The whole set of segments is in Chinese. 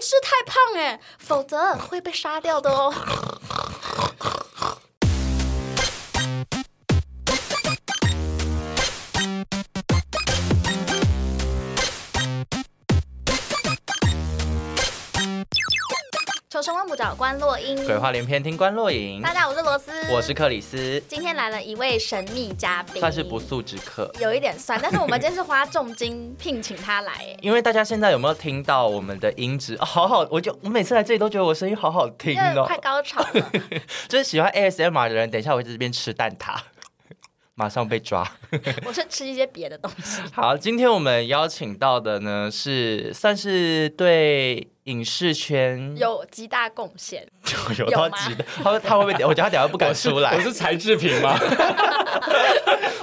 是太胖哎，否则会被杀掉的哦。求生万不找关洛英，鬼话连篇，听官落影。大家好，我是罗斯，嗯我是克里斯，今天来了一位神秘嘉宾，算是不速之客。有一点酸，但是我们今天是花重金聘请他来 哎。因为大家现在有没有听到我们的音质、 哦好好，我就我每次来这里都觉得我声音好好听因为哦快。高潮了，就是喜欢 ASMR 的人，等一下我会在这边吃蛋挞， 马上被抓。我是吃一些别的东西。好，今天我们邀请到的呢是算是对影视圈有极大贡献。有有到吗级的，他他会不会？我觉得他等下不敢出来 我。是柴制品吗？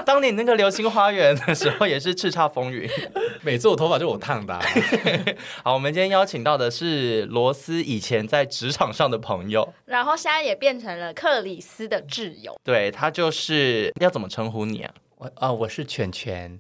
当年那个《流星花园》的时候也是叱咤风云。 每次我头发就我烫的啊、好，我们今天邀请到的是罗斯以前在职场上的朋友，然后现在也变成了克里斯的挚友。对他就是要怎么称呼你啊？ 我啊、我是犬 犬，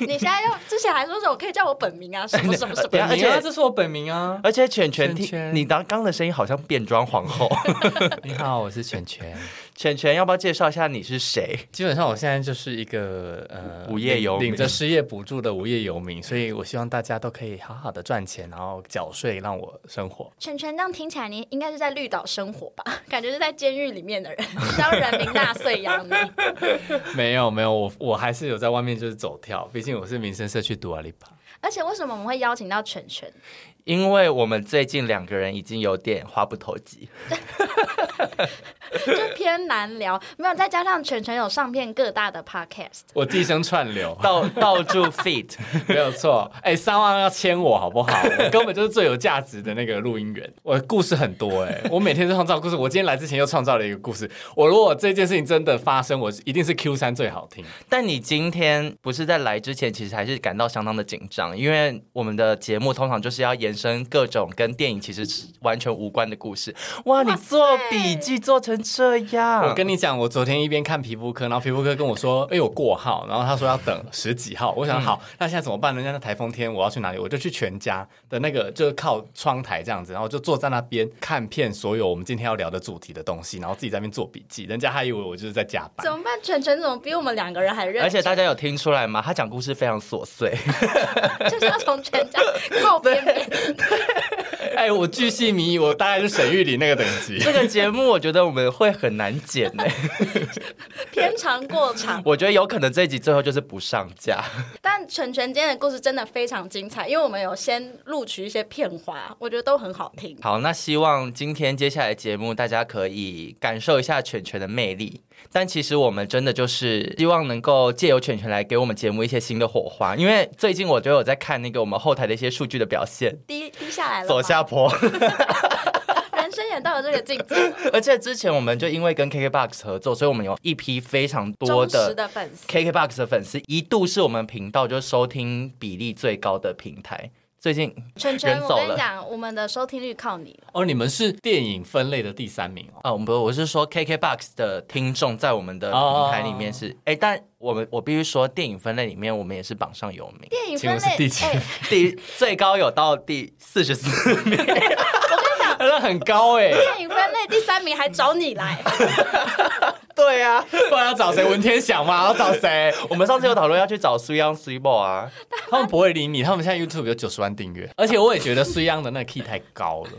你现在又之前还说什么可以叫我本名啊，什么什么什对啊么，而本名且啊，这是我本名啊。而且犬犬犬听犬你刚刚的声音好像变装皇后， 你好，我是犬犬。犬犬要不要介绍一下你是谁？基本上我现在就是一个呃无业游民领领着失业补助的无业游民，所以我希望大家都可以好好的赚钱，然后缴税让我生活。全全这样听起来，你应该是在绿岛生活吧？感觉是在监狱里面的人， 需要人民纳税养你。 没有没有，我我还是有在外面就是走跳，毕竟我是民生社区读阿里巴。而且为什么我们会邀请到全全？因为我们最近两个人已经有点话不投机，就偏难聊，没有再加上全全有上片各大的 podcast，我寄生串流到到处 fit。 没有错，哎、三万要签我好不好？我根本就是最有价值的那个录音员。我的故事很多哎、我每天都创造故事。我今天来之前又创造了一个故事。我如果这件事情真的发生，我一定是 Q 三最好听。但你今天不是在来之前，其实还是感到相当的紧张，因为我们的节目通常就是要延伸各种跟电影其实是完全无关的故事。哇，你做笔记做成这样，我跟你讲，我昨天一边看皮肤科，然后皮肤科跟我说，哎、我过号，然后他说要等十几号。我想好，那现在怎么办呢？人家那台风天，我要去哪里？我就去全家的那个，就是靠窗台这样子，然后就坐在那边看遍所有我们今天要聊的主题的东西，然后自己在那边做笔记。人家还以为我就是在加班怎。么办？全全怎么比我们两个人还认真？而且大家有听出来吗？他讲故事非常琐碎， 就是要从全家 靠边边。 哎、我巨细靡遗，我大概是沈玉里那个等级。 这个节目我觉得我们会很难剪呢、偏长过长。我觉得有可能这一集最后就是不上架。但全全今天的故事真的非常精彩，因为我们有先录取一些片花，我觉得都很好听。好，那希望今天接下来节目大家可以感受一下犬犬的魅力。但其实我们真的就是希望能够借由犬犬来给我们节目一些新的火花，因为最近我就有在看那个我们后台的一些数据的表现，低低下来了吗，走下坡。 人生也到了这个境界，而且之前我们就因为跟 KKBOX 合作，所以我们有一批非常多忠的实的粉丝。 KKBOX 的粉丝一度是我们频道就是收听比例最高的平台。最近全全，人我走跟你了讲，我们的收听率靠你了。哦，你们是电影分类的第三名哦。啊，我们不，我是说 KKBOX 的听众在我们的平台里面是，哎、但我们我必须说，电影分类里面我们也是榜上有名，电影请分问类，是第几哎第最高有到第四十 四名，那很高哎，电影分类第三名还找你 来，对啊，不然要找谁？文天祥吗？要找谁？我们上次有讨论要去找苏央 s u 啊，他们不会理你，他们现在 YouTube 有九十万订阅，而且我也觉得苏央的那个 key 太高了。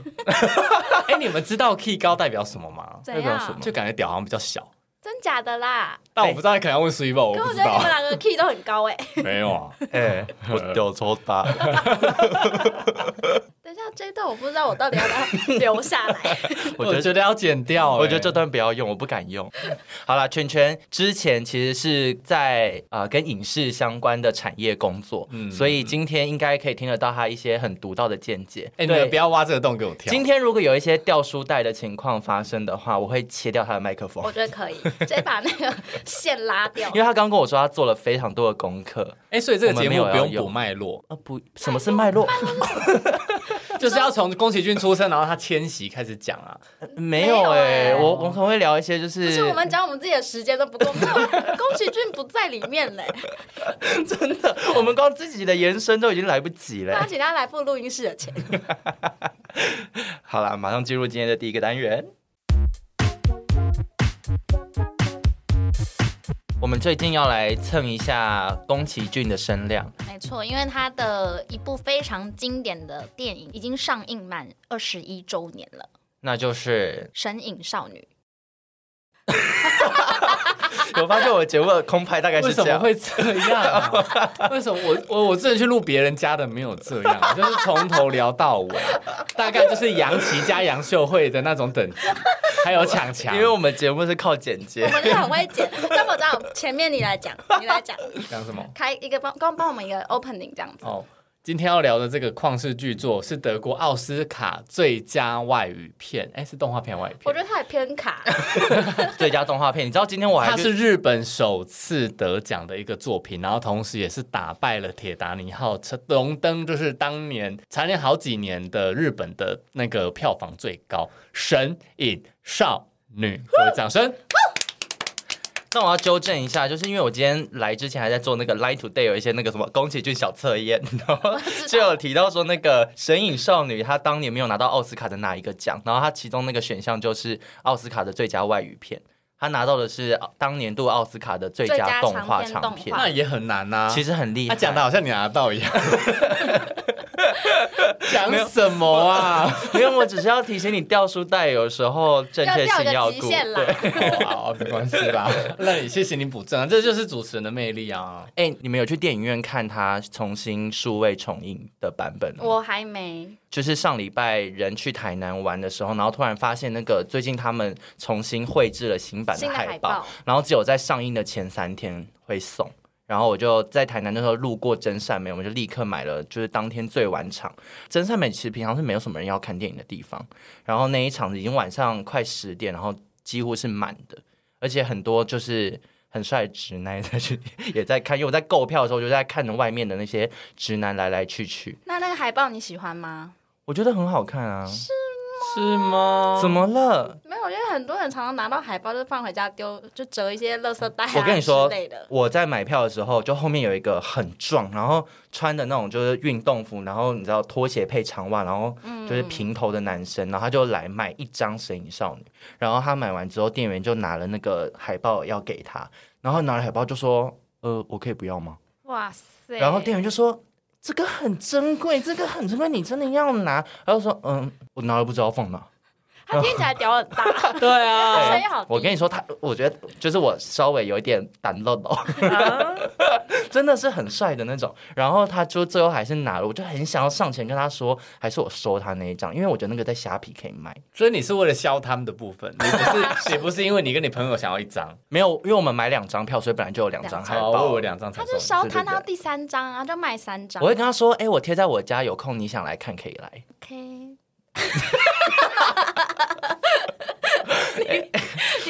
哎、你们知道 key 高代表什么吗？怎代表什么样？就感觉屌好像比较小，真假的啦？但我不知道，可能要问苏一吧，我可不我知觉得你道们。两个 key 都很高哎、没有啊，哎、 我屌抽大，等一下这一段我不知道我到底要不 要留下来。 我我觉觉得得要剪掉、哎我觉得这段不要用，我不敢用。 好啦，圈圈之前其实是在啊、呃跟影视相关的产业工作，嗯所以今天应该可以听得到他一些很独到的见解。哎、你对们不要挖这个洞给我跳。今天如果有一些掉书袋的情况发生的话，我会切掉他的麦克风我，觉得可以，直接把那个线拉掉因。为他刚跟我说他做了非常多的功课。哎、所以这个节目我们没不有要用补用脉络，啊不，什么是脉络？就是要从宫崎骏出生，然后他迁徙开始讲啊。没有没哎、有欸我我可能会聊一些就，就是是我 们讲我们自己的时间都不够，没有宫崎骏不在里面嘞，真的，我们光自己的延伸都已经来不及了 那。请他来付录音室的钱。好了，马上进入今天的第一个单元。我们最近要来蹭一下宫崎骏的声量，没错，因为他的一部非常经典的电影已经上映满二十一周年了，那就是《神隐少女》。有发现我节目的空拍大概为是这什么样。会这样啊、为什么我我我之前去录别人家的没有这样，就是从头聊到尾，啊大概就是杨琪加杨秀慧的那种等级，还有抢强，因为我们节目是靠剪接 我，们就很会剪。那我知道前面你来讲， 你来讲，讲什么？开一个帮刚帮我们一个 opening 这样子。哦，今天要聊的这个旷世巨作是德国奥斯卡最佳外语片，哎，是动画片外语我片觉。得他也偏卡， 最佳动画片。你知道今天我还它去是日本首次得奖的一个作品，然后同时也是打败了《铁达尼号》《龙灯》，就是当年蝉联好几年的日本的那个票房最高，《神隐少女》， 各位掌声。那我要纠正一下，就是因为我今天来之前还在做那个 Line Today 有一些那个什么宫崎骏小测验，然后 就有提到说那个《神隐少女》她当年没有拿到奥斯卡的哪一个奖，然后她其中那个选项就是奥斯卡的最佳外语片，她拿到的是当年度奥斯卡的最最佳佳动长画片长动片画，那也很难呐、其实很厉他害。讲的好像你拿到一样， 讲什么啊？没有，我只是要提醒你掉书袋有时候正要确掉个极性顾。限对，啦。好，没关系啦。 那你谢谢你补正啊，这就是主持人的魅力啊。哎、你们有去电影院看他重新数位重映的版本吗？我还没，就是上礼拜人去台南玩的时候，然后突然发现那个最近他们重新绘制了新版的新的海海报，报然后只有在上映的前三天会送。然后我就在台南那时候路过真善美，我们就立刻买了，就是当天最晚场。真善美其实平常是没有什么人要看电影的地方，然后那一场已经晚上快十点，然后几乎是满的，而且很多就是很帅的直男在去也在看，因为我在购票的时候就在看着外面的那些直男来来去去，那那个海报你喜欢吗？我觉得很好看啊。是吗怎么了？没有，因为很多人常常拿到海报就放回家丢，就折一些垃圾袋、啊、我跟你说之类的，。我在买票的时候，就后面有一个很壮，然后穿的那种就是运动服，然后你知道拖鞋配长袜，然后就是平头的男生，然后他就来买一张《神隐少女》，然后他买完之后，店员就拿了那个海报要给他，然后拿了海报就说：“呃，我可以不要吗？”哇塞！然后店员就说：“这个很珍贵，这个很珍贵，你真的要拿？”他就说：“嗯，我拿了不知道放哪。”他听起来屌 很大，对啊，声音哎好低。我跟你说，他我觉得就是我稍微有一点胆漏了，真的是很帅的那种。然后他就最后还是拿了，我就很想要上前跟他说，还是我收他那一张，因为我觉得那个在虾皮可以卖。所以你是为了消他们的部分，你 不是你不是因为你跟你朋友想要一张，没有，因为我们买两张票，所以本来就有两啊张海好，我报有。两张才他送就你。烧摊对到对第三张啊，就卖三张。我会跟他说，哎、我贴在我家，有空你想来看可以来。 OK， 你干嘛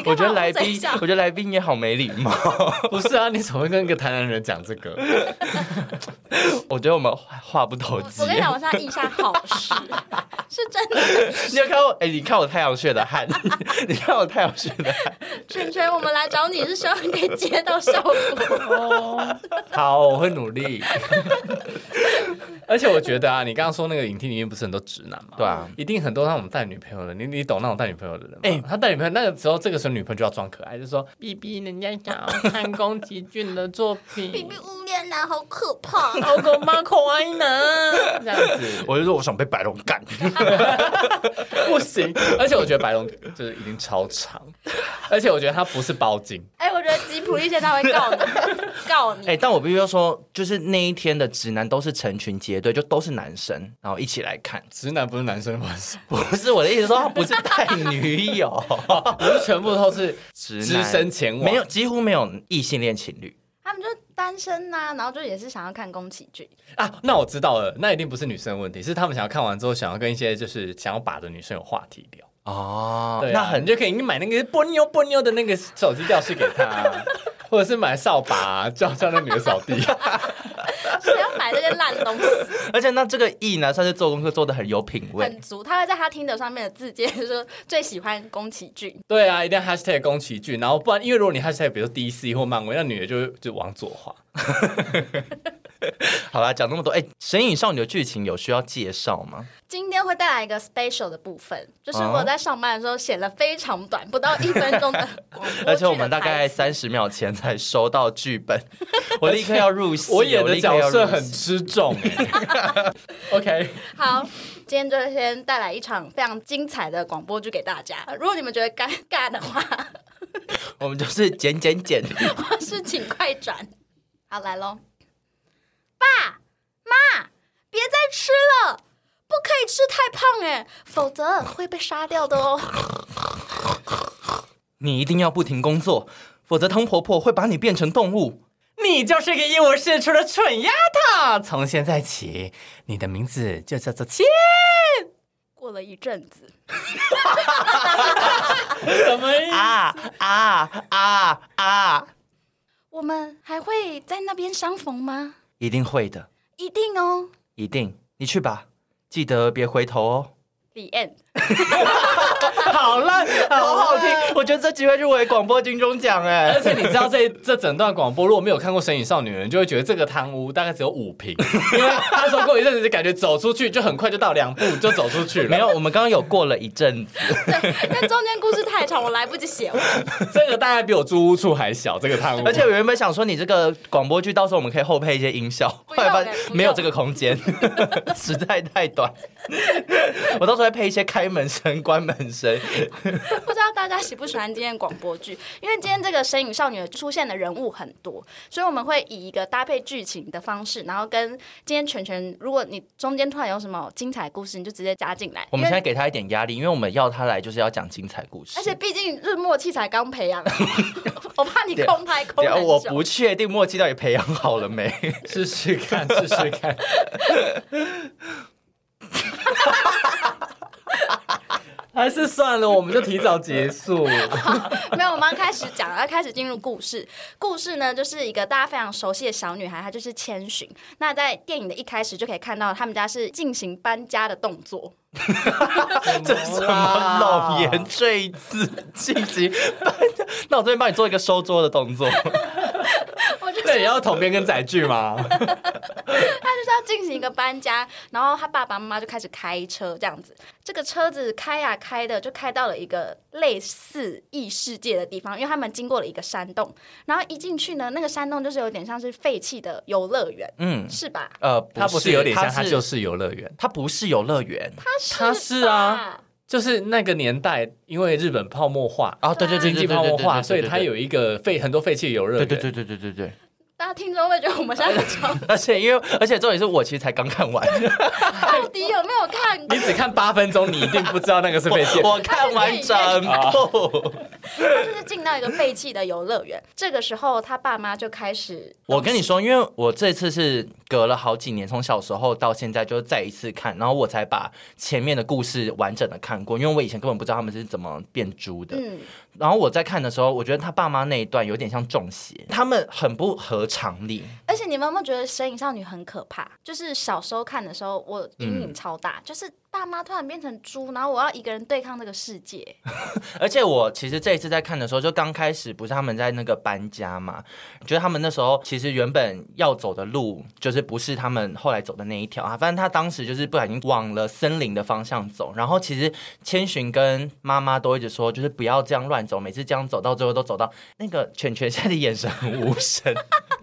我觉得来捂着宾笑，我觉得来宾也好没礼貌。 不是啊，你怎么会跟一个台南人讲这个？我觉得我们话不投机我。跟你讲，我现在一下好湿， 是真的。 你有看我？哎、你看我太阳穴的汗， 你看我太阳穴的汗。圈圈，我们来找你是希望可以接到效果。好，我会努力。而且我觉得啊，你刚刚说那个影厅里面不是很多直男嘛？对啊，一定很多那种带女朋友的，你你懂那种带女朋友的人吗？哎他带女朋友那个时候，这个时候女朋友就要装可爱，就说 “B B，人家想要看宫崎骏的作品哦 B B 无脸男好可怕，好狗妈可爱呢”，这样子我就说我想被白龙干。不行。而且我觉得白龙就是已经超长，而且我觉得他不是包茎， 哎、我觉得吉普力现在会告 你，告你。 哎、但我必须要说，就是那一天的直男都是成群结队，就都是男生，然后一起来看。直男不是男生的关系， 不是我的意思，说他不是带女友，不是全部都是 直只男身前往，没有，几乎没有异性恋情侣。他们就单身呐、然后就也是想要看宫崎骏。啊，那我知道了，那一定不是女生的问题，是他们想要看完之后，想要跟一些就是想要把的女生有话题聊。哦对啊、那那很很你就可以买那个波妞波妞的那个啊 手机吊饰给她，或者是买扫把、叫叫那女的扫地。谁要买这些烂 东西？而且那这个 E 呢，算是做功课做的很有品味很。足，他会在他听的上面的字界就说最喜欢宫崎骏，对啊，一定要 hashtag 宫崎骏，然后不然，因为如果你 hashtag 比如说 DC 或漫威，那女的就会就往左滑。好啦，讲那么多，哎、神隐少女》的剧情有需要介绍吗？今天会带来一个 special 的部分，就是啊我在上班的时候写了非常短，不到一分 钟的广播剧的台词而且我们大概三十秒前才收到剧本，我立刻要入戏， 我演的立刻要角色入很戏吃重、欸、，OK， 好，今天就先带来一场非常精彩的广播剧给大家。如果你们觉得尴尬的话， 我们就是剪剪剪。或是请快转。好，来喽，别再吃了，不可以吃太胖哎、否则会被杀掉的哦。你一定要不停工作，否则汤婆婆会把你变成动物。你就是个一无是处的蠢丫头。从现在起，你的名字就叫做切。过了一阵子，什么意思？啊啊啊啊！我们还会在那边相逢吗？一定会的，一定哦。一定。你去吧，记得别回头哦。李 end。 好烂，好好听，我觉得这集会入围广播金钟奖哎 而。且你知道这这整段广播，如果没有看过《神隐少女》的人，就会觉得这个贪污大概只有五瓶， 因为他说过一阵子，就感觉走出去就很快就到两步就走出 去了。没有，，我们刚刚有过了一阵子，对，但中间故事太长，我来不及写完。这个大概比我租屋处还小，这个贪污。而且我原本想说你这个广播剧到时候我们可以后配一些音效，不后用来发了不现用没有这个空间，实在太短。我到时候会配一些开门声、关门声。不知道大家喜不喜欢今天广播剧？因为今天这个《神隐少女》出现的人物很多，所以我们会以一个搭配剧情的方式，然后跟今天全全，如果你中间突然有什么精彩故事，你就直接加进来。我们现在因为给他一点压力，因为我们要他来就是要讲精彩故事。而且毕竟日默契才刚培 养，我怕你空拍空对啊很我久。不确定默契到底培养好了没。 试试看，试试 看。还是算了，我们就提早结束。没有，我们要开始讲，要开始进入故事。故事呢，就是一个大家非常熟悉的小女孩，她就是千寻。那在电影的一开始就可以看到，他们家是进行搬家的动作。这什么老言赘字进行搬家？那我这边帮你做一个收桌的动作。 我就 那也要统编跟载具吗？就是要进行一个搬家，然后他爸爸妈妈就开始开车这样子。这个车子开呀、开的，就开到了一个类似异世界的地方，因为他们经过了一个山洞，然后一进去呢，那个山洞就是有点像是废弃的游乐园，嗯，是吧？呃，它不是有点像，它它是就是游乐园。它不是游乐园它是啊，就是那个年代，因为日本泡沫化、啊，对对对经对济对泡沫对化，对，所以它有一个废很多废弃的游乐对园。对对对对对对。大家听众会觉得我们现在很吵，而且因为而且重点是我其实才刚看完，。到底有没有看过你？只看八分钟，你一定不知道那个是废弃 我看完整部。他就是进到一个废弃的游乐园，这个时候他爸妈就开始，我跟你说，因为我这次是隔了好几年，从小时候到现在，就再一次看，然后我才把前面的故事完整的看过，因为我以前根本不知道他们是怎么变猪的。嗯，然后我在看的时候，我觉得他爸妈那一段有点像中邪，他们很不合常理。而且你们有没有觉得《神隐少女》很可怕？就是小时候看的时候，我阴嗯影超大，就是爸妈突然变成猪，然后我要一个人对抗这个世界。而且我其实这一次在看的时候，就刚开始不是他们在那个搬家嘛，觉得他们那时候其实原本要走的路就是不是他们后来走的那一条啊，反正他当时就是不小心往了森林的方向走。然后其实千寻跟妈妈都一直说，就是不要这样乱走，每次这样走到最后都走到那个犬犬现在的眼神很无神，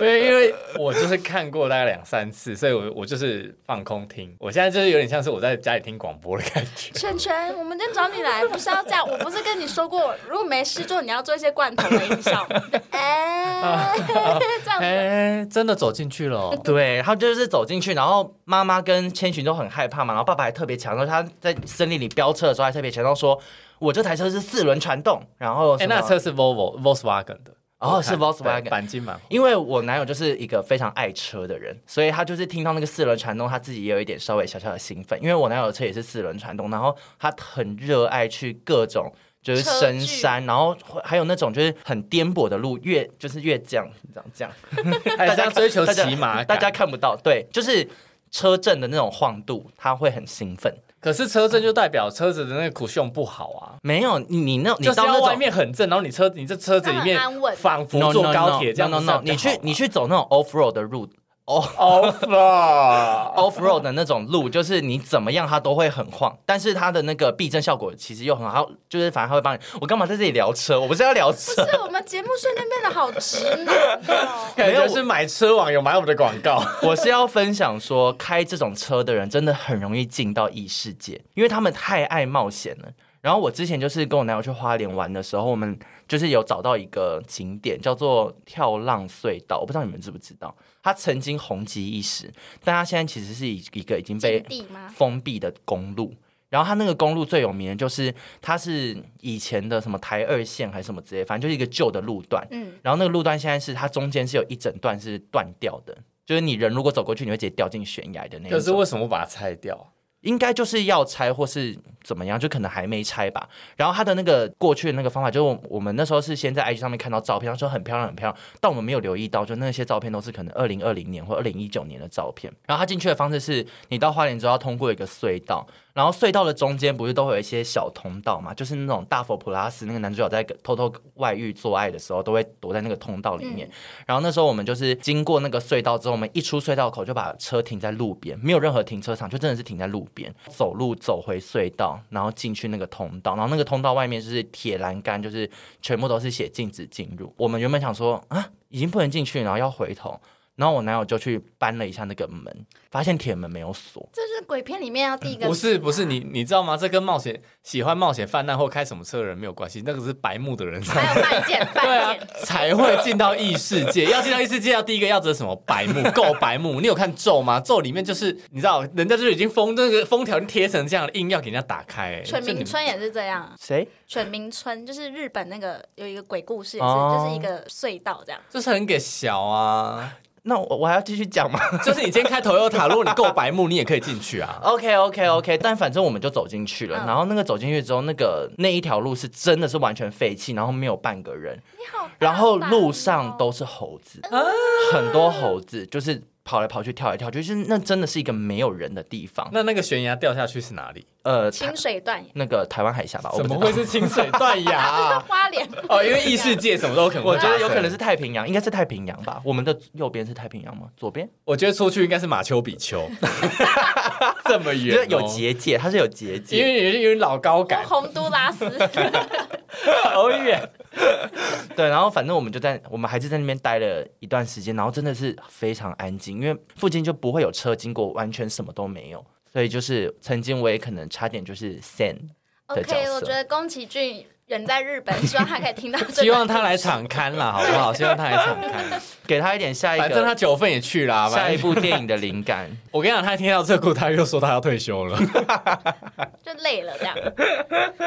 因为因为我就是看过大概两三次，所以我我就是放空听。我现在就是有点像是我在家里听广播的感觉。圈圈，我们今天找你来不是要这样，我不是跟你说过，如果没事做，你要做一些罐头的音 效，哎，这样子。哎，真的走进去了哦。对，他就是走进去，然后妈妈跟千寻都很害怕嘛，然后爸爸还特别强调，他在森林里飙车的时候还特别强调说，我这台车是四轮传动，然后哎，什么那车是 Volvo Volkswagen 的，哦我看是 Volkswagen 对钣金嘛。因为我男友就是一个非常爱车的人，所以他就是听到那个四轮传动，他自己也有一点稍微小小的兴奋。因为我男友的车也是四轮传动，然后他很热爱去各种就是深山，然后还有那种就是很颠簸的路，越就是越这样这样这样，大家追求 大家骑啊马感大家看不到，对，就是车震的那种晃度，他会很兴奋。可是车震就代表车子的那个苦胸不好啊。没有你你那，你就是到要那外种面很正，然后你车你这车子里面它很安稳仿佛 no 坐 no 高铁 no，这样 no 子 no，你去你去走那种 off road 的路 off road，。off road 的那种路，就是你怎么样它都会很晃，但是它的那个避震效果其实又很好，它就是反正它会帮你。我干嘛在这里聊车？我不是要聊车，是我们节目瞬间变得好直男哦感没有觉是买车网有买我们的广告。我是要分享说，开这种车的人真的很容易进到异世界，因为他们太爱冒险了。然后我之前就是跟我男友去花莲玩的时候，我们就是有找到一个景点叫做跳浪隧道，我不知道你们知不知道，它曾经红极一时，但它现在其实是一一个已经被禁地吗？封闭的公路。然后它那个公路最有名的就是它是以前的什么台二线还是什么之类，反正就是一个旧的路段。嗯，然后那个路段现在是它中间是有一整段是断掉的，就是你人如果走过去，你会直接掉进悬崖的那一种。 可是为什么不把它拆掉？应该就是要拆或是怎么样，就可能还没拆吧。然后他的那个过去的那个方法，就是我我们那时候是先在 IG 上面看到照片，他说很漂亮很漂亮，但我们没有留意到，就那些照片都是可能二零二零年或二零一九年的照片。然后他进去的方式是，你到花莲之后要通过一个隧道，然后隧道的中间不是都会有一些小通道嘛，就是那种大佛普拉斯那个男主角在偷偷外遇做爱的时候，都会躲在那个通道里面。然后那时候我们就是经过那个隧道之后，我们一出隧道口就把车停在路边，没有任何停车场，就真的是停在路边，走路走回隧道，然后进去那个通道，然后那个通道外面就是铁栏杆，就是全部都是写禁止进入。我们原本想说啊，已经不能进去，然后要回头。然后我男友就去搬了一下那个门，发现铁门没有锁。这是鬼片里面要第一个不是不是，你你知道吗？这跟冒险喜欢冒险泛滥或开什么车的人没有关系，那个是白目的人才。还有犯贱，对犯啊贱。， 才会进到异世界。 要进到异世界，要第一个要择什么？白目，够白目。你有看咒吗？咒里面就是你知道，人家就是已经封那个封条已经贴成这样，硬要给人家打开、哎犬鸣村也是这样，谁？犬鸣村就是日本那个有一个鬼故事，也是、哦就是一个隧道这样。就是很给小啊。那我我还要继续讲吗？就是你今天开头又塔，如果你够白目，你也可以进去啊。 OK OK OK，但反正我们就走进去了。嗯然后那个走进去之后，那个那一条路是真的是完全废弃，然后没有半个人，你好，然后路上都是猴子，很多猴子就是。跑来跑去，跳来跳去，就是那真的是一个没有人的地方。那那个悬崖掉下去是哪里？呃，台清水段也？那个台湾海峡吧，我怎不知么道会是清水断崖、啊 花莲哦，因为异世界什么都有可能。我觉得有可能是，太平洋，应该是太平洋吧。我们的右边是太平洋吗？左边？我觉得出去应该是马丘比 丘，这么因为远、哦有，结界，它是有结因界。为有有老高感， 洪都拉斯，哦 好远。对，然后反正我们就在，我们还是在那边待了一段时间，然后真的是非常安静，因为附近就不会有车经过，完全什么都没有。所以就是曾经我也可能差点就是 send，的角 OK，色我觉得宫崎骏远在日本，希望他可以听到这 希个。望他来场刊 啦，好不好？希望他来场刊，给他一点下一反正他个九份也去啦。下反一正部电影的灵感。 我跟你讲，他听到这故，他又说他要退休 了。就累了这样。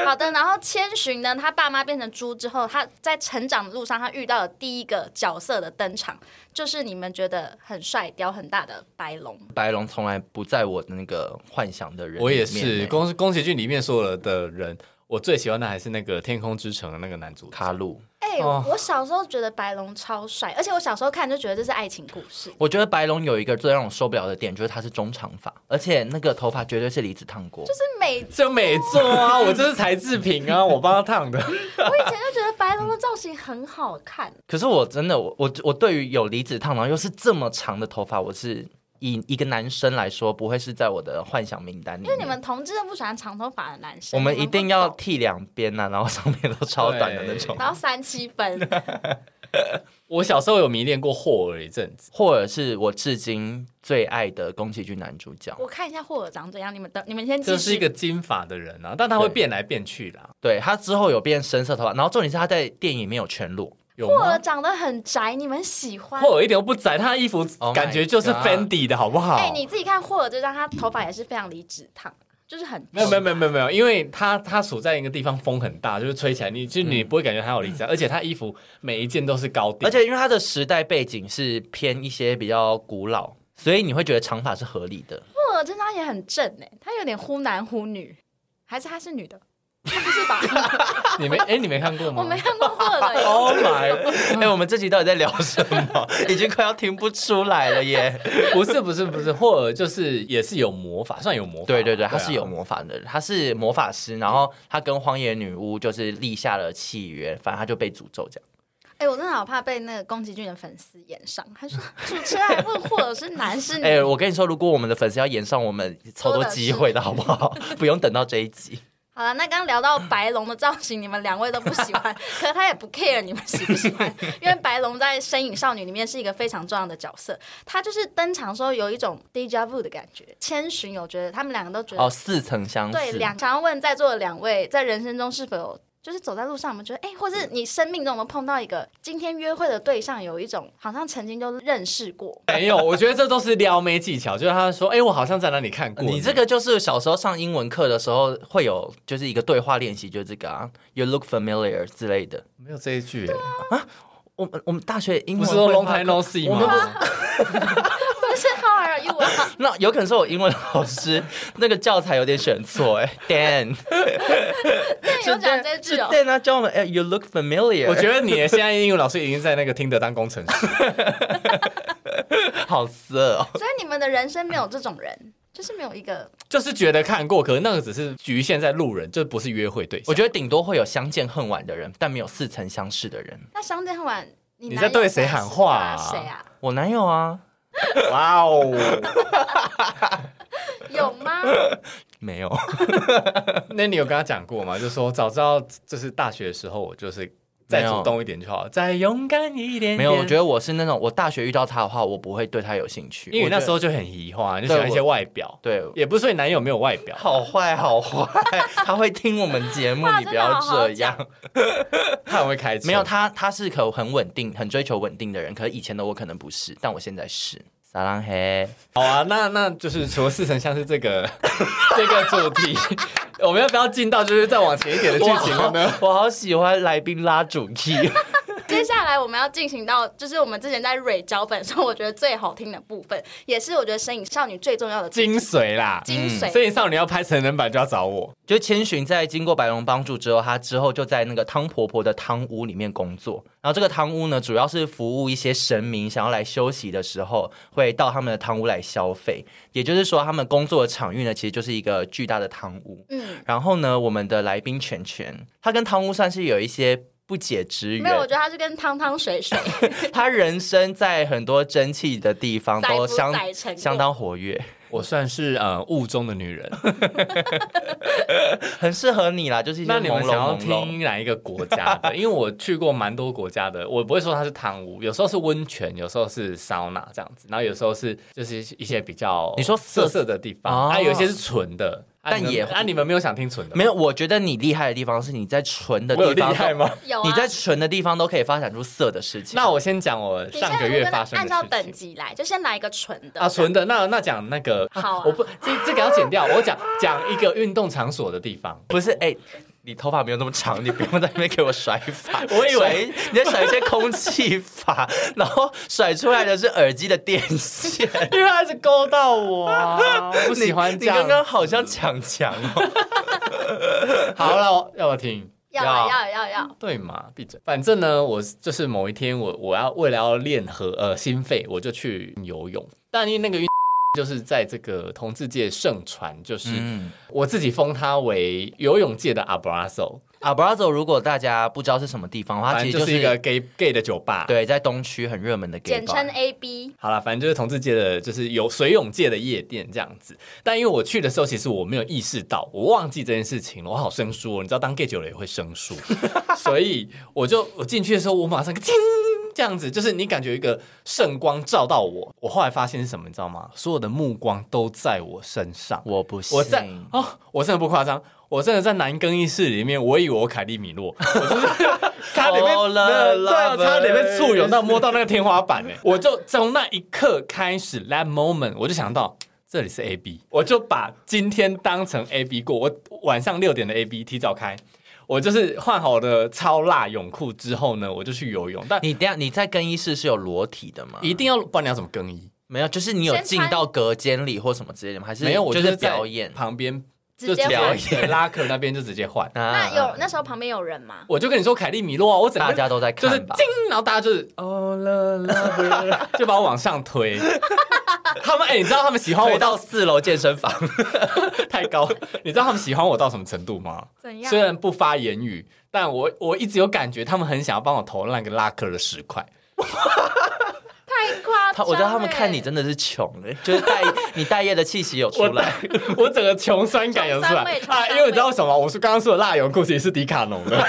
好的，然后千寻呢，他爸妈变成猪之后，他在成长的路上，他遇到的第一个角色的登场，就是你们觉得很帅、屌很大的白龙。白龙从来不在我的那个幻想的人里面，我也是，欸宫宫崎骏里面所有的人，我最喜欢的还是那个《天空之城》的那个男主角。卡路。哎、哦我小时候觉得白龙超帅，而且我小时候看就觉得这是爱情故事。我觉得白龙有一个最让我受不了的点，就是他是中长发，而且那个头发绝对是离子烫过。就是每就美作啊，我这是材质品 啊，我帮他烫的。我以前就觉得白龙的造型很好 看，可是我真的，我我我对于有离子烫，然后又是这么长的头发，我是以一个男生来说，不会是在我的幻想名单里因为面。你们同志都不喜欢长头发的男生，我们一定要你们不懂剃两边呐、然后上面都超短的那种，然后三七分，我小时候有迷恋过霍尔一阵子，或者是我至今最爱的宫崎骏男主角。我看一下霍尔长怎样，你们等，你们先继续。就是一个金发的人啊，但他会变来变去啦，对他之后有变深色头发，然后重点是他在电影里面有全裸，有霍尔吗？长得很宅，你们喜欢？霍尔一点都不窄，他的衣服 Oh my 感觉就是 God Fendi 的好不好？哎、你自己看霍尔这张，他头发也是非常离直烫，就是很没有没有没有没有没有，因为他他所在一个地方风很大，就是吹起来你就你不会感觉他有离子嗯啊，而且他衣服每一件都是高定，而且因为他的时代背景是偏一些比较古老，所以你会觉得长发是 合理的。欸霍尔这张也很正哎、他有点忽男忽女，还是他是女的？不是 吧？你没 哎，你没看过吗？我没看过霍的哦耶。 Oh my！ 哎、我们这集到底在聊什么？ 已经快要听不出来了耶！不是不是不是，霍尔就是也是有魔法，算有魔法。对对对，啊他是有魔法的，他是魔法师，然后他跟荒野女巫就是立下了契约，反正他就被诅咒这样。哎、我真的好怕被那个宫崎骏的粉丝演上。他说主持人还问霍尔是男是女， 哎、我跟你说，如果我们的粉丝要演上，我们超多机会的好 不好？不用等到这一集。好了，那刚刚聊到白龙的造型，你们两位都不喜 欢，可是他也不 care 你们喜不喜欢，因为白龙在《身影少女》里面是一个非常重要的角色，他就是登场的时候有一种 deja vu 的感觉。千寻有觉得他们两个都觉得，哦，似曾相对，识。两想要问在座的两位，在人生中是否有？就是走在路上，我们觉得哎、或是你生命中有没有碰到一个今天约会的对象，有一种好像曾经就认识过， 没有，我觉得这都是撩妹技巧，就是他说，哎，我好像在哪里看过你这个就是小时候上英文课的时候会有，就是一个对话练习，就是这个啊，You look familiar 之类的。没有这一句，我们我们大学英文不是说绘 long 画 time 课 no see Oh 我们吗？不是 How are you？啊 那有可能是我英文老师那个教材有点选错哎、Dan 对，有讲这句是哦。 Dan 他教我们哎、y o u look familiar，我觉得你现在英语老师已经在那个听得当工程师，得好色哦。所以你们的人生没有这种人，就是没有一个就是觉得看过，可是那个只是局限在路人，就不是约会对象。我觉得顶多会有相见恨晚的人，但没有似曾相识的人。那相见恨晚，你你男在友对谁喊话啊是谁啊？我男友啊，得哇哦，有 吗？没有，那你有跟他讲过吗？就说早知道就是大学的时候，我就是再没有主动一点就好，再勇敢一点点。没有。我觉得我是那种，我大学遇到他的话，我不会对他有兴趣，因为你那时候候就很移花，就对喜欢一我些外表，对。也不是说你男友没有外表，好坏，好坏，他会听我们节目，话你真不的好要好这样。他很会开车。没有，他，他是可很稳定、很追求稳定的人。可是以前的我可能不是，但我现在是。撒浪嘿，好啊，那那就是除了似曾相识这 个这个主题，我们要不要进到就是再往前一点的剧情了呢？ 我好喜欢来宾拉主题。接下来我们要进行到，就是我们之前在蕊脚本上，我觉得最好听的部分，也是我觉得《身影少女》最重要的精髓啦，精髓。所以少女要拍成人版就要找我。 就千寻在经过白龙帮助之后，她之后就在那个汤婆婆的汤屋里面工作。然后这个汤屋呢，主要是服务一些神明想要来休息的时候，会到他们的汤屋来消费。也就是说，他们工作的场域呢，其实就是一个巨大的汤屋。嗯，然后呢，我们的来宾全全，他跟汤屋算是有一些不解之没有，我缘。觉得它是跟汤汤水水他人生在很多争气的地方载不都相载成相当活跃，我算是呃雾中的女人。很适合你啦，就是一些那你们朦胧想要朦胧听哪一个国家 的？因为我去过蛮多国家的，我不会说它是汤屋，有时候是温泉，有时候是桑拿这样子，然后有时候是就是一些比较你说色色色的地哦方，啊，有一些是纯的，啊但你们也啊，你们没有想听纯的吗？没有，我觉得你厉害的地方是你在纯的我有地厉方害 吗？有啊。你在纯的地方都可以发展出色的事情。那我先讲我你现在上个月发按生照的等事情。级来，就先来一个纯的啊，纯的那那讲那个，好啊我不这这个要剪掉，我讲讲一个运动场所的地方， 不是哎、你头发没有那么长，你不用在那边给我甩发。 我以为甩你在甩一些空气发，然后甩出来的是耳机的电线。因为他一直勾到我啊，我不喜欢你这你样。刚刚好像强强哦，好了，我要我听。要啊要啊要啊要啊，对嘛，闭嘴。反正呢，我就是某一天我，我要为了要练和呃心肺，我就去游泳。但因为那个运就是在这个同志界盛传，就是、嗯。我自己封它为游泳界的阿布拉索，阿布拉 o 如果大家不知道是什么地方的话，它反其正实就是是一个 gay gay 的酒吧。，对，在东区很热门的 gay 简 bar 称 AB。好了，反正就是同志界的，就是有水泳界的夜店这样子。但因为我去的时候，其实我没有意识到，我忘记这件事情了，我好生疏、哦。你知道，当 gay 久了也会生疏，所以我就我进去的时候，我马上叮这样子，就是你感觉有一个圣光照到我。我后来发现是什么，你知道吗？所有的目光都在我身上。我不信，我在哦，我真的不夸张，我真的在男更衣室里面，我以为我凯利米洛，我就是 差点被好了对啊， lovers 差点被簇拥到摸到那个天花板呢。我就从那一刻开始，that moment，我就想到。这里是 A B，我就把今天当成 A B 过。我晚上六点的 A B 提早开，我就是换好我的超辣泳裤之后呢，我就去游泳。但你等一下你在更衣室是有裸体的吗？一定要，不然你要怎么更衣？没有，就是你有先进穿到隔间里或什么之类的吗？还是没有，我就就是在表演？旁边直接就聊换一。下对拉克那边就直接换。那那嗯有那时候旁边有人吗？我就跟你说，凯利米洛啊，我整啊大个家都在就看是吧？叮，然后大家就是哦了了， 就把我往上推。 他们哎、你知道他们喜欢推我哦到到四楼健 身房，太高， 你知道他们喜欢我到什么程度吗？怎虽然不发言语，但我我一直有感觉，他们很想要帮我投那个拉克的十块。 太夸他张了！欸我觉得他们看你真的是穷欸，就是带 你带业的气息有出我来，我整个穷酸感有出穷来酸味穷酸啊！味因为你知道什么？我是刚刚说的蜡油裤其实是迪卡侬 的，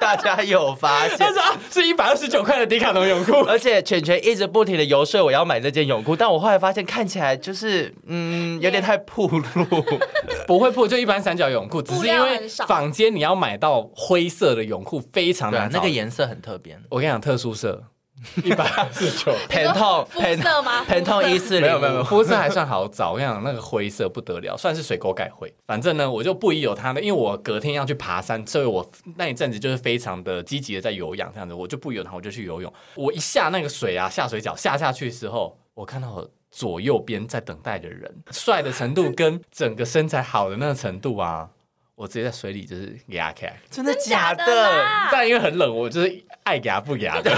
大家有发现但。是啊，是一百二十九块的迪卡侬泳裤。 而且犬犬一直不停的游说我要买这件泳裤，但我后来发现看起来就是嗯有点太暴 露， 不会破，就一般三角泳裤，只布是因料为很少坊间你要买到灰色的泳裤非常对啊难，找。那个颜色很特别。我跟你讲，特殊色一百二十 九。疼痛， 肤疼痛，色吗？疼痛一肤色四零，没有没有没有，肤色还算好找。我跟你讲，那个灰色不得了，算是水沟改灰。反正呢，我就不疑有他的，因为我隔天要去爬山，所以我那一阵子就是非常的积极的在游泳，这样子，我就不疑有他，我就去游泳。我一下那个水啊，下水饺下下去的时候，我看到我左右边在等待的人，帅的程度跟整个身材好的那个程度啊，我直接在水里就是给压开。真的假真的的？啦但因为很冷，我就是爱给他不给他的。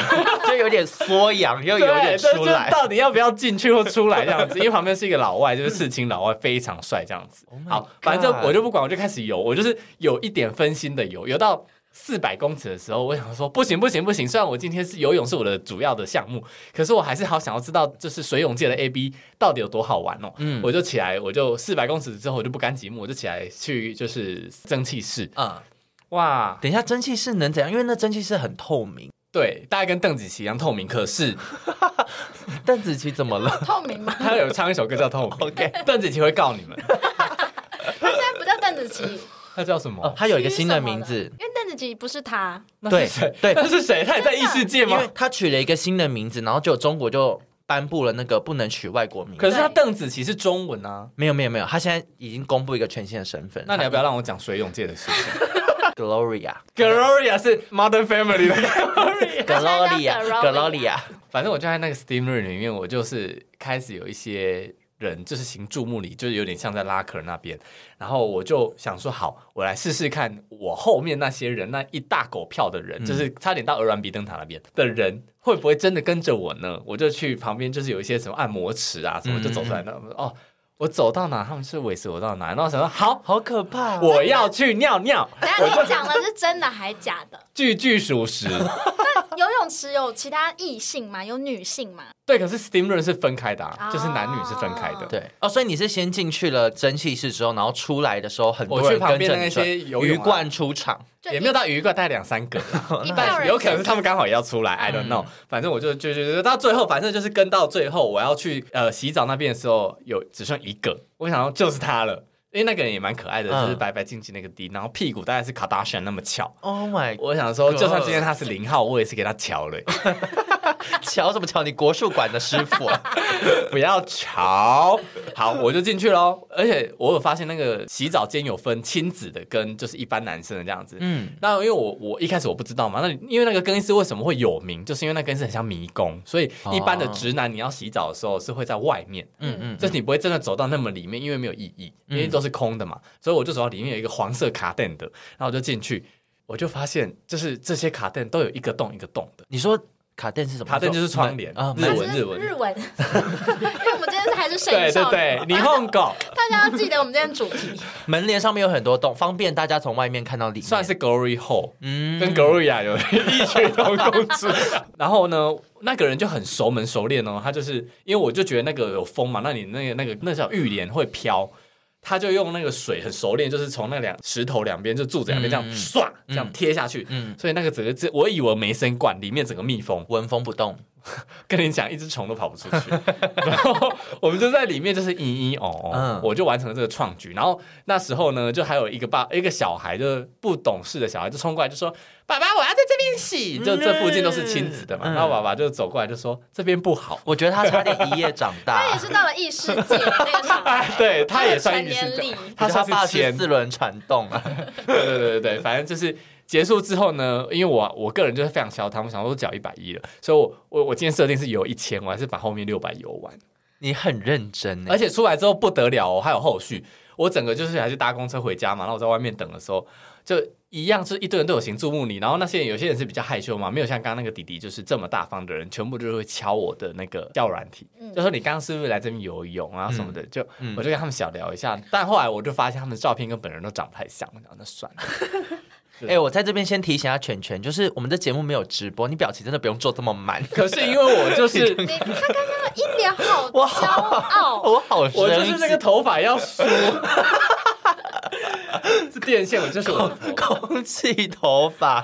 就有点缩阳，又有 对，点就出就来。到底要不要进去或出来这样子？因为旁边是一个老外，就是刺青老外，非常帅这样子。Oh my 好 God，反正我就不管，我就开始游，我就是有一点分心的游，游到。四百公尺的时候，我想说不行不行不行！虽然我今天是游泳是我的主要的项目，可是我还是好想要知道，就是水泳界的 AB 到底有多好玩哦。嗯我就起来，我就四百公尺之后，我就不甘寂寞，我就起来去就是蒸汽室。啊、哇，等一下，蒸汽室能怎样？因为那蒸汽室很透明。对，大概跟邓紫棋一样透明，可是邓紫棋怎么了？透明吗？他有唱一首歌叫《透明》 OK 邓紫棋会告你们。他现在不叫邓紫棋，那叫什么？哦，它有一个新的名字，因为邓紫棋不是他，那对是谁？对那是谁？ 他也在异世界因吗为？它取了一个新的名字，然后就中国就颁布了那个不能取外国名。可是他邓紫棋是中文啊。没有没有没有，他现在已经公布一个全新的身份。那你要不要让我讲水泳界的事情它 Gloria ？Gloria 是 Modern Family 的。他现在叫 Gloria Gloria Gloria？反正我就在那个 steam room 里面，我就是开始有一些人就是行注目礼，就是有点像在拉克那边。然后我就想说，好，我来试试看，我后面那些人那一大狗票的人，嗯就是差点到鹅銮鼻灯塔那边的人，会不会真的跟着我呢？我就去旁边，就是有一些什么按摩池啊什么，嗯就走出来那、哦。我走到哪，他们是尾随我到哪，然后我想说好，好可怕、 我要去尿尿，等一下你讲的是真的还假的？ 句句属实。游泳池有其他异性吗？有女性吗？对，可是 steam room 是分开的、啊，哦就是男女是分开的。对哦，所以你是先进去了蒸汽室之后，然后出来的时候，很多我去人旁跟边着的你那转些游泳啊鱼贯出场。就也没有到鱼罐，大概两三 个啦，一票但人有可能是他们刚好也要出来，I 嗯 don't know、反正我就就就就到最后，反正就是跟到最后，我要去呃洗澡那边的时候，有只剩一个，我想到就是他了，因为那个人也蛮可爱的，嗯就是白白净净那个 D，然后屁股大概是卡达山那么翘。 Oh my！我想说，就算今天他是零号，我也是给他瞧了，瞧什么瞧？你国术馆的师傅、啊。 不要瞧。好，我就进去喽。而且我有发现，那个洗澡间有分亲子的跟就是一般男生的这样子。嗯，那因为我我一开始我不知道嘛，那因为那个更衣室为什么会有名，就是因为那更衣室很像迷宫，所以一般的直男你要洗澡的时候是会在外面，嗯嗯，就是你不会真的走到那么里面，因为没有意义，因为都是空的嘛，所以我就走到里面有一个黄色卡垫的，然后我就进去，我就发现就是这些卡垫都有一个洞一个洞的，你说卡垫是什么？卡垫就是窗帘啊，日门文还是日文日文， 因为我们今天还是摄影对对少对，女你哄狗大家要记得我们今天的主题。门帘上面有很多洞，方便大家从外面看到里面。算是 glory hole。嗯跟 Gloria 有异曲同工之妙。 然后呢，那个人就很熟门熟练哦，他就是因为我就觉得那个有风嘛，那你那个那个那叫浴帘会飘，他就用那个水很熟练，就是从那两石头两边就柱子两边这样嗯嗯唰、这样贴下去。嗯，所以那个整个这，我以为梅森罐里面整个密封，纹风不动，跟你讲，一只虫都跑不出去。然后我们就在里面就是嘤嘤哦哦，嗯我就完成了这个创举。然后那时候呢，就还有一个爸，一个小孩，就是不懂事的小孩，就冲过来就说：“爸爸，我要在这边洗。”就这附近都是亲子的嘛。嗯然后爸爸就走过来就说：“这边不好。我觉得他差点一夜长他也大。是到了异世界那个” 场，哎，对，他也算成意识年到，礼， 他他算爸是是签，四对轮传动啊，对对对对，反正就是。结束之后呢，因为我我个人就是非常消贪，我想说我缴一百一了，所以我我我今天设定是游一千，我还是把后面六百游完。你很认真欸，而且出来之后不得了、哦，还有后续。我整个就是还是搭公车回家嘛，然后我在外面等的时候，就一样是一堆人都有行注目你，然后那些人有些人是比较害羞嘛，没有像刚刚那个弟弟就是这么大方的人，全部就是会敲我的那个叫软体，嗯就说你刚刚是不是来这边游泳啊什么的，就嗯我就跟他们小聊一下，但后来我就发现他们的照片跟本人都长得太像，了，然后那算了，哎、我在这边先提醒一下全全，就是我们的节目没有直播，你表情真的不用做这么满。可是因为我 就是。你他刚刚一脸好骄傲，我好生气，我就是那个头发要 梳，是电线，我就是我的头发。 空气头 发。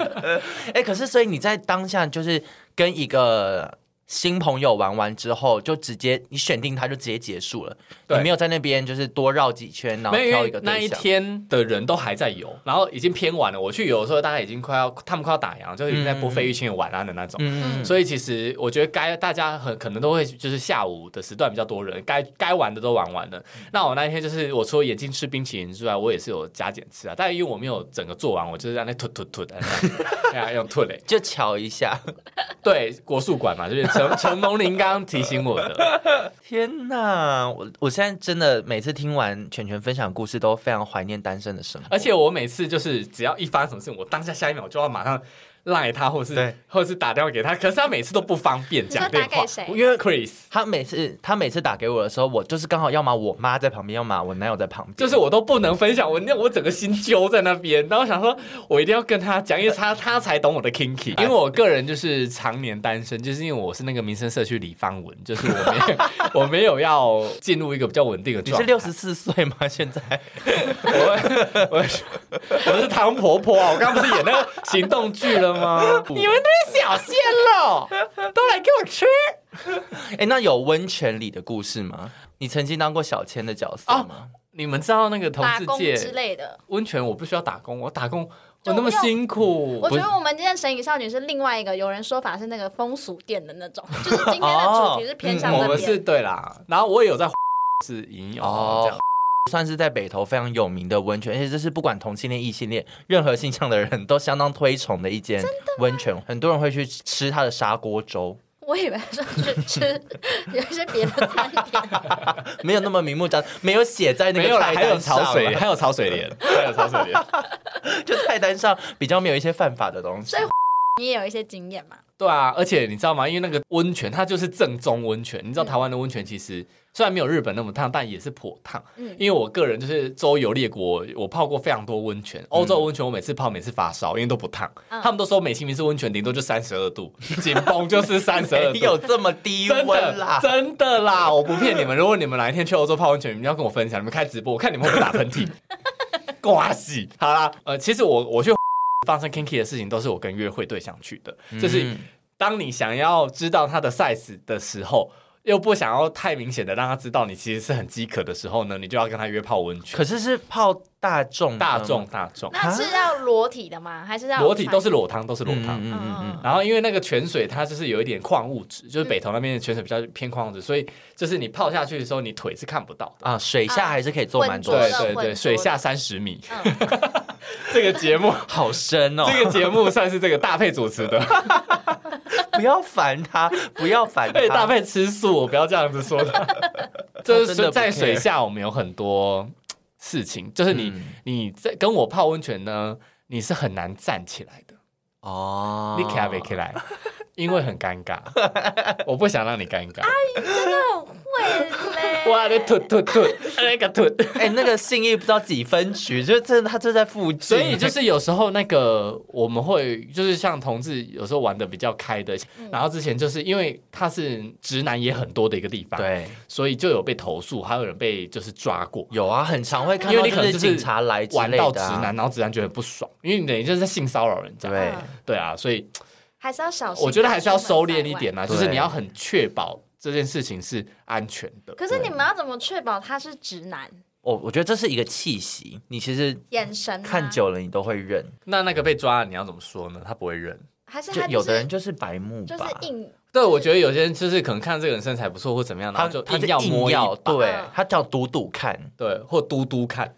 哎、可是所以你在当下就是跟一个新朋友玩完之后，就直接你选定他就直接结束了，你对没有在那边就是多绕几圈，然后没有，因挑一为个那一对象。天的人都还在游，然后已经偏晚了。我去游的时候，大家已经快要，他们快要打烊，就是已经在播费玉清的晚安的那种。嗯，所以其实我觉得该大家很可能都会就是下午的时段比较多人，该该玩的都玩完了。嗯那我那一天就是我除了眼睛吃冰淇淋之外，我也是有加减吃啊，但因为我没有整个做完，我就是在那吐吐吐的， 哎呀用吐嘞。就瞧一下。对，国术馆嘛，就是陈 陈蒙林刚刚提醒我的，天哪，我我现在真的每次听完全全分享故事都非常怀念单身的生活。而且我每次就是只要一发生什么事情，我当下下一秒就要马上。赖他，或是对或者是打电话给他，可是他每次都不方便说讲电打话给谁，因为 Chris 他每次他每次打给我的时候，我就是刚好要么我妈在旁边，要么我男友在旁边。就是我都不能分享，我那我整个心揪在那边，然后想说，我一定要跟他讲，因为他他才懂我的 kinky，因为我个人就是常年单身，就是因为我是那个民生社区李方文，就是我没有我没 有要进入一个比较稳定的你状是态。六十四岁吗？现 在我我我是唐婆婆啊！我刚不是演那个行动剧了吗？你们这些小鲜肉都来给我吃哎、那有温泉里的故事吗？你曾经当过小千的角色吗？你们知道那个 同打志工之界类的。温泉，我不需要打工，我打工就我那么不用辛苦，我觉不得我们今天《神隐少女》是另外一个，有人说法是那个风俗店的那种， 就是今天的主题是偏向哦那嗯我边。们是对啦。然后我也有在 是引用哦这样。算是在北投非常有名的温泉，而且这是不管同性恋、异性恋，任何性向的人都相当推崇的一间温泉，很多人会去吃它的砂锅粥，我以为说是吃 有一些别的餐点，没有那么明目张， 没有写在那没有个啦，菜还有单潮上水莲，啦，还有潮水莲，还有潮水莲。 就菜单上比较没有一些犯法的东西所以。 你也有一些经验嘛？对啊，而且你知道吗？因为那个温泉它就是正宗温泉，嗯你知道台湾的温泉其实虽然没有日本那么烫，但也是颇烫。嗯因为我个人就是周游列国，我泡过非常多温嗯泉，欧洲温泉我每次泡每次发烧，因为都不烫。他们都说美其名是温泉，顶多就三十二度， 紧绷就是三十二没 有度。这么低真温的啦，真的啦，我不骗你们。如果你们哪一天去欧洲泡温泉，你们要跟我分享，你们开直播，我看你们会不会打喷 嚏、刮洗。好啦，呃，其实我我去 发生 kinky 的事情，都是我跟约会对象去的，就是嗯当你想要知道他的 size 的时候，又不想要太明显的让他知道你其实是很饥渴的时候呢，你就要跟他约泡温泉。可是是泡大众的嗯大众，大众，啊那是要裸体的吗？还是要裸体都是裸汤，都是裸汤。嗯嗯嗯嗯，然后因为那个泉水它就是有一点矿物质，嗯就是北投那边的泉水比较偏矿物质，所以就是你泡下去的时候，你腿是看不到的。啊，水下还是可以做蛮多啊的对是事，对浑浊对，的嗯水下三十米。 这个节目，好深哦， 这个节目算是这个大配主持的。不要烦他，不要烦 对，他搭。配吃素，我不要这样子说他。 就是说在水下，我们有很多事情，就是你、嗯你在跟我泡温泉呢，你是很难站起来的，哦，你卡不起来，因为很尴 尬。我不想让你尴尬，很会嘞。 哇，你吐吐吐， 那个吐。哎、那个信义不知道几分局，就真的他就在附近，所以就是有时候那个我们会就是像同志有时候玩的比较开的，然后之前就是因为他是直男也很多的一个地方，，对，所以就有被投诉，还有人被就是抓过。有啊，很常会看因到为你可能是就是警察来之玩类到直的、啊，男，然后直男觉得很不爽，因为你等于就是在性骚扰人家。对、对啊，所以还是要小心。我觉得还是要收敛一点。啦，啊对就是你要很确保这件事情是安全的。可是你们要怎么确保他是直男？我我觉得这是一个气息，你其实眼神啊吗看久了你都会认，那那个被抓，你要怎么说呢？他不会认，还是就他有就的是人就是白目就是吧。硬对，我觉得有些人就是可能看这个人身材不错或怎么样，然他后就他就硬要摸一要，把对嗯他叫赌赌看，对，或嘟 嘟看，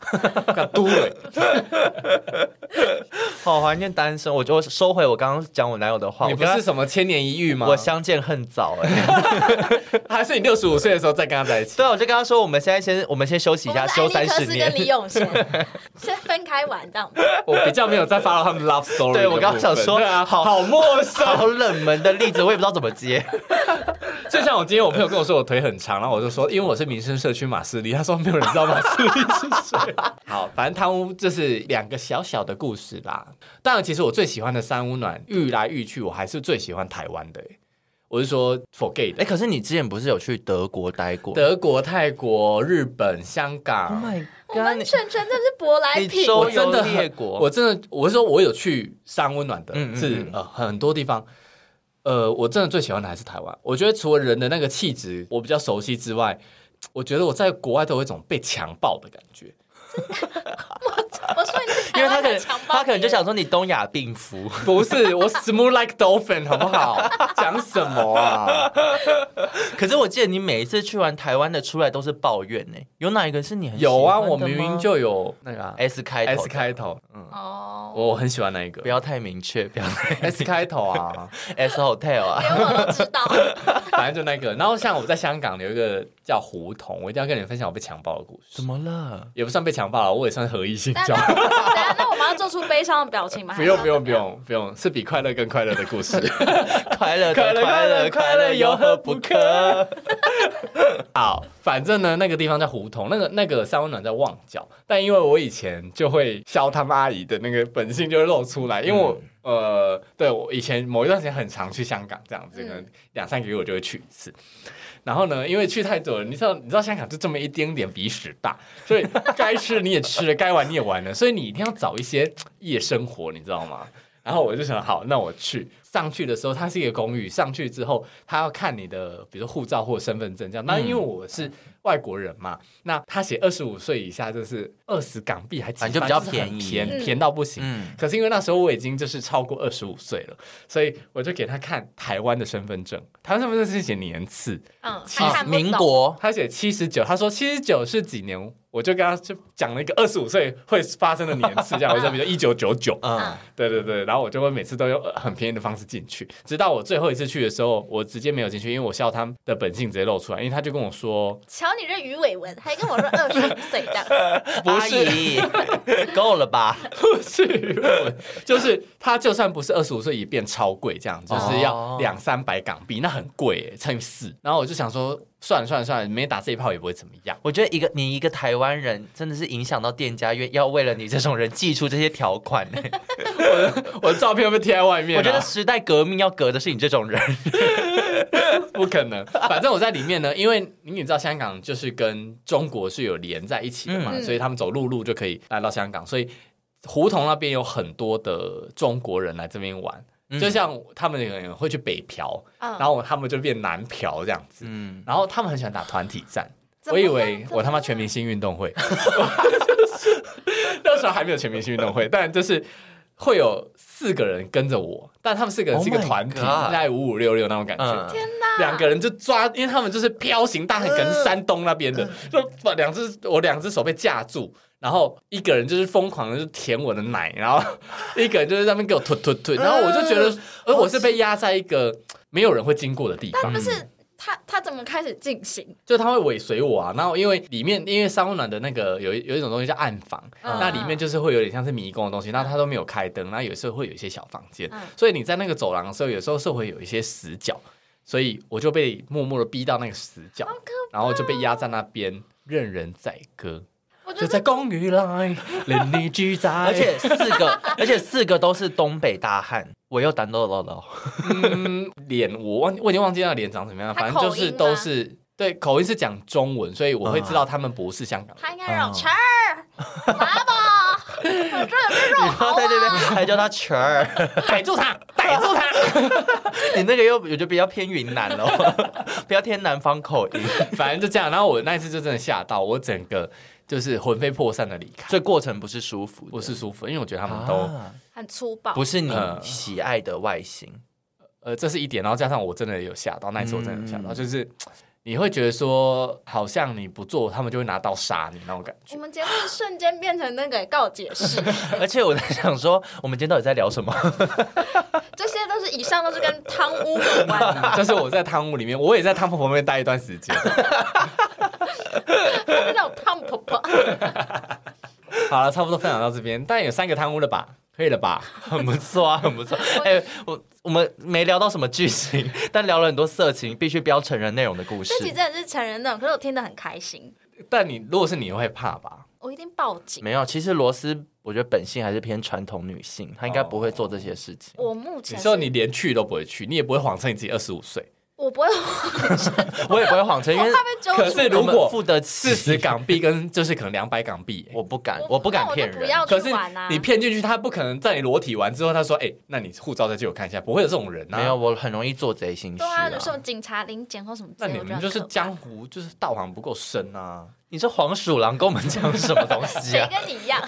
看嘟欸 了，好怀念单身。我就收回我刚刚讲我男友的话，你我不跟是他什么千年一遇吗？我相见恨早哎、 还是你六十五岁的时候再跟他在一起。对啊，我就跟他说，我们现在先我们先休息一我下，们休的艾三利克十斯年跟。李永贤先分开玩这样吗，我比较没有再发到他们 love story 的部分。对我刚刚想说对啊，好好陌 生。好冷门的例子，我也不知道怎么接。 就像我今天我朋友跟我说我腿很长，然后我就说因为我是民生社区马士利，他说没有人知道马士利是谁。 好，反正贪污就是两个小小的故事啦。当然，其实我最喜欢的三温暖愈来愈去，我还是最喜欢台湾的、欸我是说 for gay 的 哎、，可是你之前不是有去德国待过？德国、泰国、日本、香港。我们全全真是舶哎来你品，周我真游的列很，国，我真的，我是说我有去三温暖的，嗯嗯是嗯呃很多地方，呃，我真的最喜欢的还是台湾。我觉得除了人的那个气质我比较熟悉之外，我觉得我在国外都有一种被强暴的感觉。我说你是因台为他可湾很能强暴别人，他可能就想说你东亚病夫，不是， 我 smooth like dolphin 好不 好？讲什么啊？ 可是我记得你每一次去完台湾的出来都是抱怨呢、有哪一个是你很喜欢 有的吗啊，我明明就有那个啊 S 开头 S 的开头，嗯哦，我很喜欢那一个 不要太明确，不要太 S 开头啊。 S hotel 啊，连我都知 道，反正就那个。然后像我在香港有一个叫胡同，我一定要跟你们分享我被强暴的故事。怎么了？也不算被强暴了，啊我也算合意性但交那换。等一下那我们要做出悲伤的表情吗？ 不用不用还不是要用不用，是比快乐更快乐的故 事。快乐的快 快乐快乐乐快快乐乐有有何何不不可可？ 好，反正呢，那个地方叫胡同，那个那个三温暖在旺角。但因为我以前就会削他妈阿姨的那个本性就会露出来，因为我、呃，对我以前某一段时间很常去香港这样子，可能两三个月我就会去一次。然后呢，因为去太久了，你知道，你知道香港就这么一丁点鼻屎大， 所以该吃你也吃了，该玩你也玩了，所以你一定要找一些夜生活，你知道吗？然后我就想，好，那我去。上去的时候，它是一个公寓，上去之后，他要看你的，比如说护照或身份证这样。那因嗯为我是外国人嘛，那他写二十五岁以下就是二十港币还几反正就万比较是便很宜便嗯便到不行。嗯，可是因为那时候我已经就是超过二十五岁了，所以我就给他看台湾的身份证，台湾身份证是写年次，嗯，其他实看不懂民国他写七十九，他说七十九是几年，我就跟他就讲了一个二十五岁会发生的年次，这样我就比如一九九九，嗯，对对对，然后我就会每次都用呃很便宜的方式进去，直到我最后一次去的时候，我直接没有进去，因为我笑他的本性直接露出来，因为他就跟我说，瞧你这鱼尾纹，还跟我说二十岁这样， 不阿是姨 够了吧？不是鱼尾纹，就是他就算不是二十五岁也变超贵，这样就是要哦两三百港币，那很贵耶乘以四。然后我就想说，算了算了算了，没打这一炮也不会怎么样。我觉得一个你一个台湾人真的是影响到店家，愿要为了你这种人寄出这些条款、我的照片会被贴在外面、啊，我觉得时代革命要革的是你这种人，不可能。反正我在里面呢，因为你也知道香港就是跟中国是有连在一起的嘛，嗯所以他们走陆路就可以来到香港，所以胡同那边有很多的中国人来这边玩，嗯就像他们有人会去北漂，嗯然后他们就变南漂这样子，嗯，然后他们很喜欢打团体战。怎我么以样为我他妈全明星运动会，那时候还没有全明星运动会，但就是会有四个人跟着我，但他们四个人是一个 Oh my 团体， God 大概五五六六那种感觉。嗯天哪，两个人就抓，因为他们就是彪形大汉，可能是山东那边嗯的，就把两只我两只手被架住，然后一个人就是疯狂的就舔我的奶，然后一个人就是在那边给我吞吞嗯吞，然后我就觉得，而我是被压在一个没有人会经过的地方但，不是他他怎么开始进行？就他会尾随我啊，然后因为里面因为三温暖的那个有一有一种东西叫暗房，嗯那里面就是会有点像是迷宫的东西，那它都没有开灯，那有时候会有一些小房间，嗯所以你在那个走廊的时候，有时候是会有一些死角，所以我就被默默的逼到那个死角，然后就被压在那边任人宰割。我觉就得在公寓来，任你主宰。而，且四个，而且四个都是东北大汉，我又打到了哦了。嗯，脸我忘我已经忘记那个脸长什么样，他反正就口是音吗啊嗯都是对口音是讲中文，所以我会知道他们不是香港人。 他应该哦让吃儿，来吧，我这有肉然 好后在这边啊。还叫他全儿， 逮住他，逮住他！你那个又我觉得比较偏云南了， 比较偏南方口音。反正就这样。然后我那一次就真的吓到，我整个就是魂飞魄散的离开，这过程不是舒服的，不是舒服，因为我觉得他们都、啊很粗暴，不是你呃喜爱的外形，呃，这是一点，然后加上我真的有吓到，那一次我真的有吓到，就是你会觉得说，好像你不做，他们就会拿刀杀你那种感我觉。们节目瞬间变成那个告解 室， 而且我在想说，我们今天到底在聊什么？这些都是以上都是跟贪污有关的。这是我在汤屋里面，我也在汤婆旁边待一段时间。他是那种胖婆 婆，好了，差不多分享到这边，但有三个汤屋了吧？可以了吧？很不错啊，很不错。哎、我我们没聊到什么剧情，但聊了很多色情，必须标成人内容的故事这。集真的是成人那种，可是我听得很开心，但你如果是你会怕吧？我一定报警。没有，其实罗斯，我觉得本性还是偏传统女性，她应该不会做这些事哦情。我目嗯你前是说你连去都不会去，你也不会谎称你自己二十五岁。我不会，我也不会谎称，因为我怕被揪 可出是来。如我们果付得起四十港币跟就是可能两百 港币、欸我不敢，我不敢那我就骗不人。要可是去玩啊！你骗进去，他不可能在你裸体完之后，他说：“哎、那你护照再借我看一下。”不会有这种人啊。没有，，我很容易做贼心虚、对啊，啊有。什么警察临检或什么之那类的，你我觉们得就是很可怕江湖，就是道行不够深啊。你是黄鼠狼，跟我们讲什么东西 谁啊？跟你一样？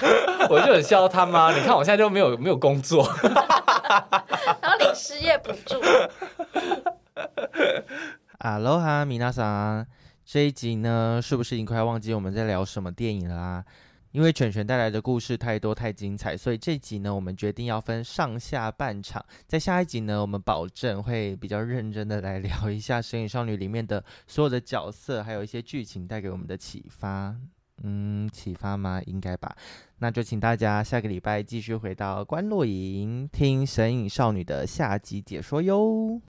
我就很笑他妈，你看我现在就没有没有工作。然后领失业补助，哈喽哈，米娜桑，这一集呢，是不是已经快忘记我们在聊什么电影啦、因为犬犬带来的故事太多太精彩，所以这集呢，我们决定要分上下半场。在下一集呢，我们保证会比较认真的来聊一下《神隐少女》里面的所有的角色，还有一些剧情带给我们的启发。嗯，启发吗？应该吧。那就请大家下个礼拜继续回到观落营，听《神隐少女》的下集解说哟。